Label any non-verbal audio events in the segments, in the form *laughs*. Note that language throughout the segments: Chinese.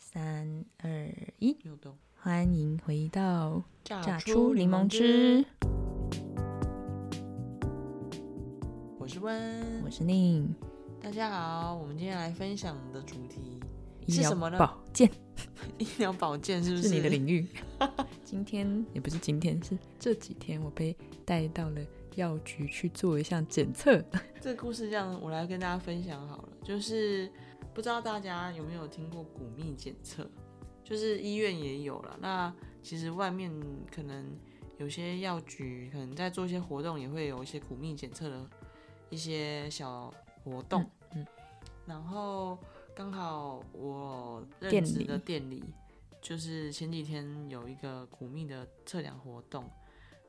三二一，扭动，欢迎回到榨榨出柠檬汁。，我是温我，是宁，大家好，我们今天来分享的主题医是疗什么呢保健医疗保健是不是你的领 *laughs* 域。今天也不是今天，是这几天我被带到了药局去做一项检测。这个故事这样，我来跟大家分享好了。就是不知道大家有没有听过骨密检测，就是医院也有了。那其实外面可能有些药局可能在做一些活动，也会有一些骨密检测的一些小活动。嗯嗯然后刚好我认店识里的店里，就是前几天有一个骨密的测量活动，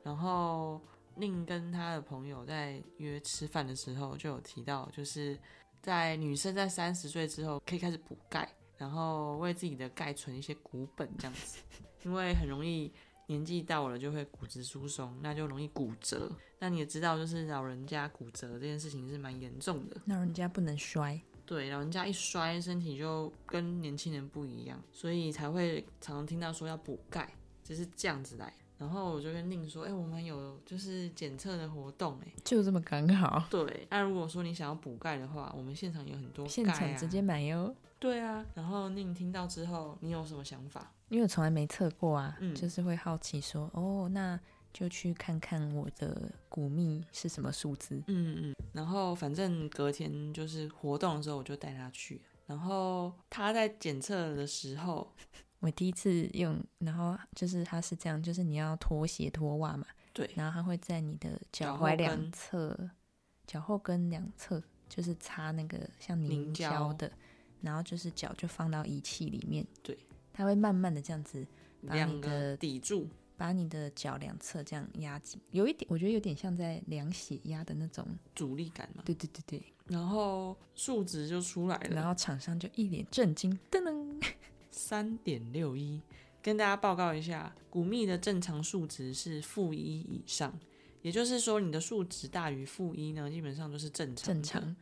然后宁跟他的朋友在约吃饭的时候就有提到，就是在女生在三十岁之后可以开始补钙，然后为自己的钙存一些骨本这样子，因为很容易年纪到了就会骨质疏松，那就容易骨折。那你也知道，就是老人家骨折这件事情是蛮严重的， *laughs* 那人家不能摔，对，老人家一摔，身体就跟年轻人不一样，所以才会常常听到说要补钙，就是这样子来。然后我就跟宁说，哎、我们有就是检测的活动、哎，就这么刚好，对，那、如果说你想要补钙的话，我们现场有很多现钙、啊、场直接买哟。对啊。然后宁听到之后，你有什么想法？因为我从来没测过啊，嗯就是会好奇说，哦，那就去看看我的骨密是什么数字。嗯嗯。然后反正隔天就是活动的时候，我就带他去。然后他在检测的时候，我第一次用，然后就是它是这样，就是你要脱鞋脱袜嘛，对，然后它会在你的脚脚后踝跟两侧、脚后跟两侧，就是擦那个像凝凝胶胶的，然后就是脚就放到仪器里面，对，它会慢慢的这样子把你两个的抵住，把你的脚两侧这样压紧，有一点我觉得有点像在量血压的那种，阻力感嘛。对对对对，然后数值就出来了，然后厂商就一脸震惊，噔噔，三点六一。跟大家报告一下，骨密的正常数值是负一以上，也就是说你的数值大于负一呢，基本上都是正常正的。常，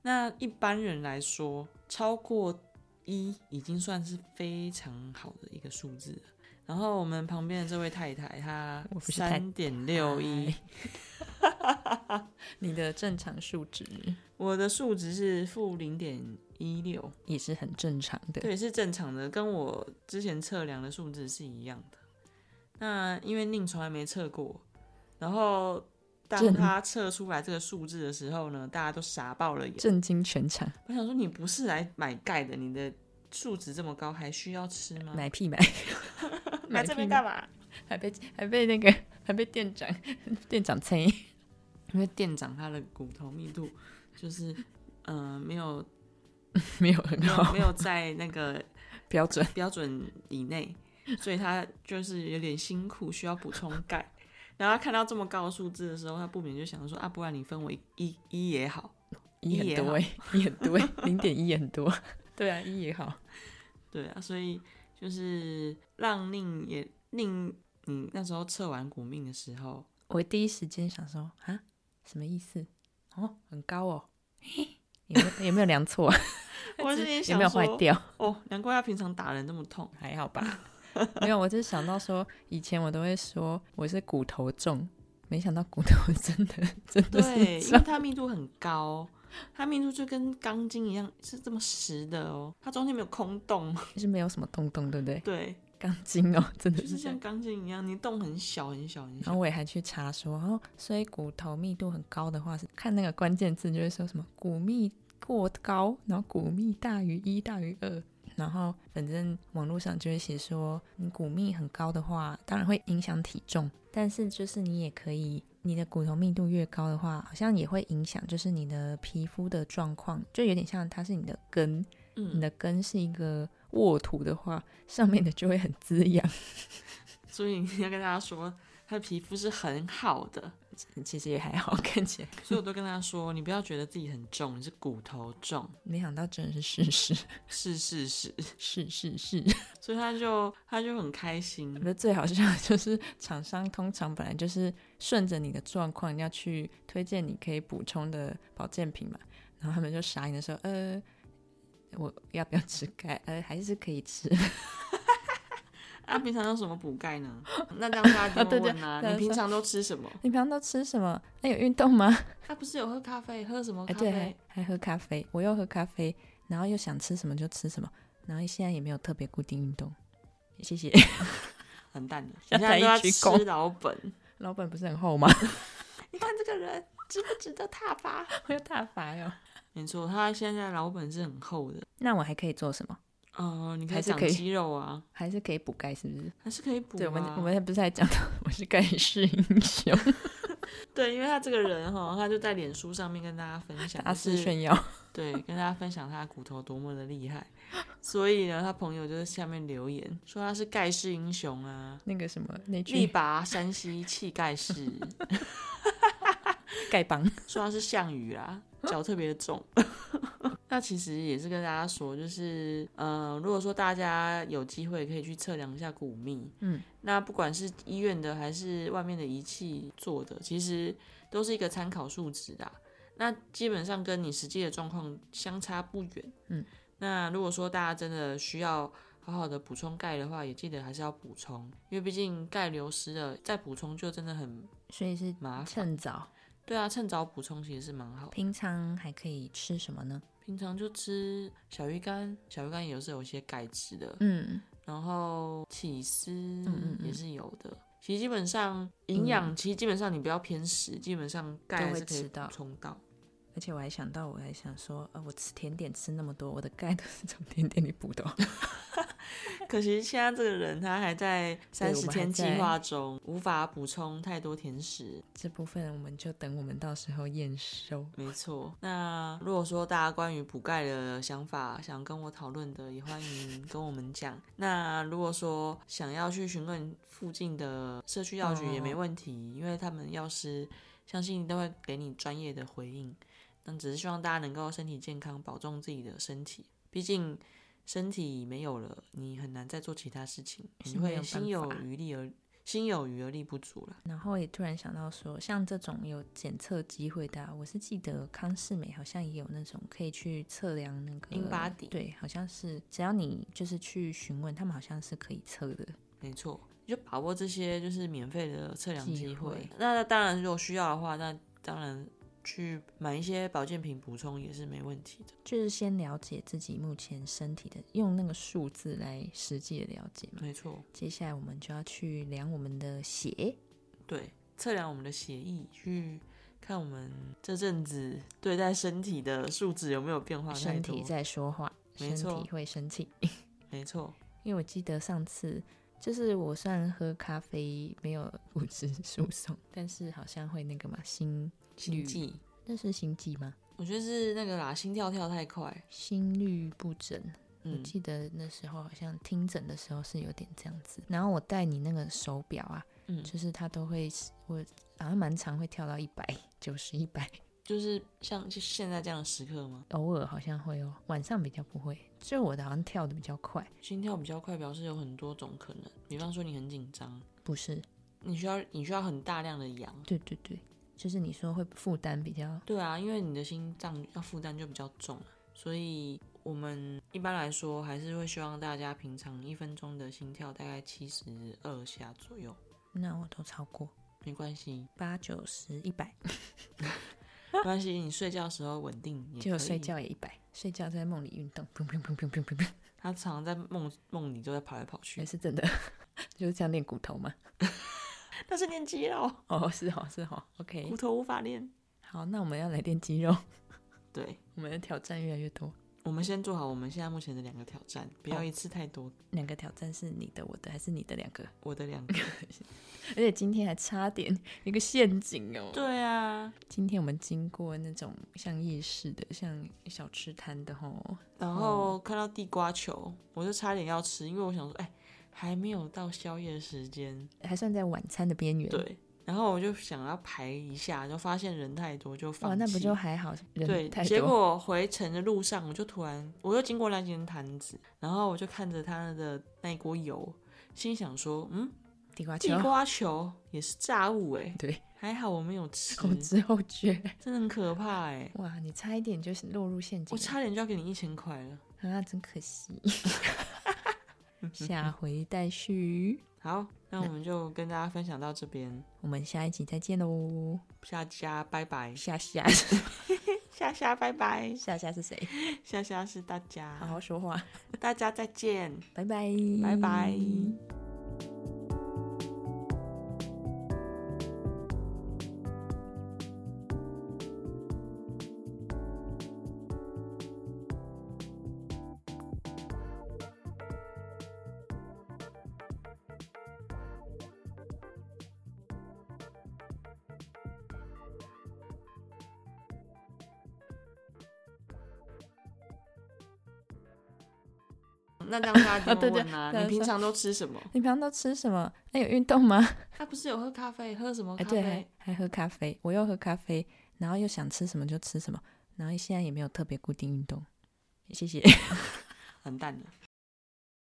那一般人来说，超过一已经算是非常好的一个数字了。然后我们旁边的这位太太，她我不是太三点六一， *laughs* 你的正常数值我的数值是负零点一六，也是很正常的，对，是正常的，跟我之前测量的数字是一样的。那因为宁从来没测过，然后当正他测出来这个数字的时候呢，大家都傻爆了眼。震惊全场，我想说，你不是来买钙的，你的数值这么高，还需要吃吗？买 *laughs* 屁买，来屁这边买干嘛？还被还被那个还被店长店长催， *laughs* 因为店长他的骨头密度就是， *laughs* 嗯、没有没有很 *laughs* 没有好没有在那个标准，标准以内，所以他就是有点辛苦，需要补充钙。然后他看到这么高的数字的时候，他不免就想说啊，不然你分我一一一也好。一很多哎，一很多 *laughs* 哎，零点一也很多，对啊，一也好，对啊，所以就是让宁也宁，你那时候测完骨命的时候，我第一时间想说啊，什么意思？哦，很高 *laughs* 哦，嘿有没有有没有量错啊？我是也有想没有坏说，掉？ *laughs* 哦，难怪他平常打人这么痛。还好吧？没有，我就是想到说，以前我都会说我是骨头重，没想到骨头真的真 *laughs* 的对，是重因为。它密度很高，它密度就跟钢筋一样，是这么实的哦，它中间没有空洞。就是没有什么洞洞，对不对？ *laughs* 对，钢筋哦，真的就是是这样像。钢筋一样，你洞很小很小很小然。后我也还去查说，哦，所以骨头密度很高的话，是看那个关键字就会说什么骨密过高，然后骨密大于一大于二，然后反正网络上就会写说，你骨密很高的话，当然会影响体重，但是就是你也可以，你的骨头密度越高的话，好像也会影响就是你的皮肤的状况，就有点像它是你的根，你嗯，的根是一个沃土的话，上面的就会很滋养。所以你要跟大家说，他的皮肤是很好的，其实也还好， *laughs* 看起来。所以我都跟他说，你不要觉得自己很重，你是骨头重，没想到真的是事实，是事实。是是是。所以他就他就很开心我觉，得最好笑的就是厂商通常本来就是顺着你的状况要去推荐你可以补充的保健品嘛，然后他们就傻眼的说，呃，我要不要吃钙？呃，还是可以吃。 *laughs* 那啊平常用什么补钙呢？那这样大家 *laughs* 啊对就会对问啊，对你平说常都吃什么？你平常都吃什么？那、有运动吗？他不是有喝咖啡，喝什么哎、咖对，啡还？还喝咖啡，我又喝咖啡，然后又想吃什么就吃什么，然后现在也没有特别固定运动。谢 *laughs* 谢，很淡的，像人家都在要一鞠躬吃老本。老板不是很厚吗？ *laughs* 你看这个人值不值得挞伐？我有大发哟。没错，他现在老本是很厚的。那我还可以做什么？呃，你可还以是长可以肌肉啊，还是可以补钙，是不是？还是可以补、啊。对，我们我们不是还讲到 *laughs* 我是盖世英 *laughs* 雄，对，因为他这个人哈，他就在脸书上面跟大家分享，大就肆是炫耀。对，跟大家分享他的骨头多么的厉害。所以呢，他朋友就在下面留言说他是盖世英雄啊，那个什么那力句拔山兮气盖世，丐帮，说他是项羽啊，嗯脚特别重。 *laughs* 那其实也是跟大家说，就是呃，如果说大家有机会可以去测量一下骨密，嗯，那不管是医院的还是外面的仪器做的，其实都是一个参考数值啦。那基本上跟你实际的状况相差不远，嗯。那如果说大家真的需要好好的补充钙的话，也记得还是要补充，因为毕竟钙流失了，再补充就真的很所以是麻烦。趁早。对啊，趁早补充其实是蛮好的。平常还可以吃什么呢？平常就吃小鱼干，小鱼干也是有一些钙质的，嗯，然后起司嗯嗯也是有的。其实基本上营营养养，其实基本上你不要偏食，基本上钙都还会是可以吃到补充到。而且我还想到，我还想说，呃，我吃甜点吃那么多，我的钙都是从甜点里补的哦。 *laughs* 可惜现在这个人他还在三我十们还天计在划中，无法补充太多甜食。这部分我们就等我们到时候验收。没错，那如果说大家关于补钙的想法想跟我讨论的，也欢迎跟我们讲。那如果说想要去询问附近的社区药局也嗯没问题，因为他们药师相信都会给你专业的回应。但只是希望大家能够身体健康，保重自己的身体，毕竟身体没有了，你很难再做其他事情，你是没有会办心有法余力而心有余而力不足啦。然后也突然想到说，像这种有检测机会的啊、我是记得康世美好像也有那种可以去测量那个 InBody 对，好像是只要你就是去询问，他们好像是可以测的。没错，你就把握这些就是免费的测量机机会会。那那当然，如果需要的话，那当然去买一些保健品补充也是没问题的。就是先了解自己目前身体的，用那个数字来实际的了解嘛。没错，接下来我们就要去量我们的血，对，测量我们的血液，去看我们这阵子对待身体的数值有没有变化太身多体。在说话，身没错体会生气。没错，因为我记得上次就是我虽然喝咖啡没有骨质 *laughs* 疏松，但是好像会那个嘛心，心悸，那是心悸吗？我觉得是那个啦，心跳跳太快。心律不整。我嗯，记得那时候好像听诊的时候是有点这样子。然后我戴你那个手表啊，嗯就是它都会，我好像蛮常会跳到一百九十、一百，就是像就现在这样的时刻吗？偶尔好像会哦，晚上比较不会。就我的好像跳的比较快，心跳比较快，表示有很多种可能。比方说你很紧张，不是？你需要你需要很大量的氧，对对对，就是你说会负担比较对啊，因为你的心脏要负担就比较重了，所以我们一般来说还是会希望大家平常一分钟的心跳大概七十二下左右，那我都超过没关系，八九十、一百。没关系，你睡觉的时候稳定也结可果以。睡，觉也一百，睡觉在梦里运动，砰砰砰砰砰砰砰，他常常在梦梦里都在跑来跑也去，是真的， *laughs* 就是这样练骨头嘛。但是练肌肉，哦，是哦，是哦，OK *laughs* 骨。头无法练。好，那我们要来练肌肉，对，我们的挑战越来越多。我们先做好我们现在目前的两个挑战，不要好一次太多。两个挑战是你的、我的，还是你的两个？我的 *laughs* 两个，而且今天还差点一个陷阱哦。对啊，今天我们经过那种像夜市的、像小吃摊的吼， *laughs* 然哦后看到地瓜球，我就差点要吃，因为我想说，哎、还没有到宵夜时间。还算在晚餐的边缘。，对，然后我就想要排一下，就发现人太多，就放哇，弃。那不就还好？对人太？结多，果回程的路上，我就突然，我又经过那间摊子，然后我就看着他的那一锅油，心想说，嗯，地瓜地球。瓜球也是炸物哎、对，还好我没有 *laughs* 吃，后知后觉。 *laughs* 真的很可怕哎、哇，你差一点就是落入陷阱啊我了 *laughs* 差点就要给你一千块了。啊，真可惜。下回待续，好，那我们就跟大家分享到这边，我们下一集再见喽！下家拜拜，下 *laughs* 下下下拜拜，下下是谁？下下是大家，好好说话，大家再见，拜拜，拜拜。那这样 *laughs* 大对家就对问啊，大家你平说常都吃什么？你平常都吃什么？那有运动吗？他不是有喝咖啡，喝什么哎，咖对，啡还？还喝咖啡，我又喝咖啡，然后又想吃什么就吃什么，然后现在也没有特别固定运动。谢谢。很淡的。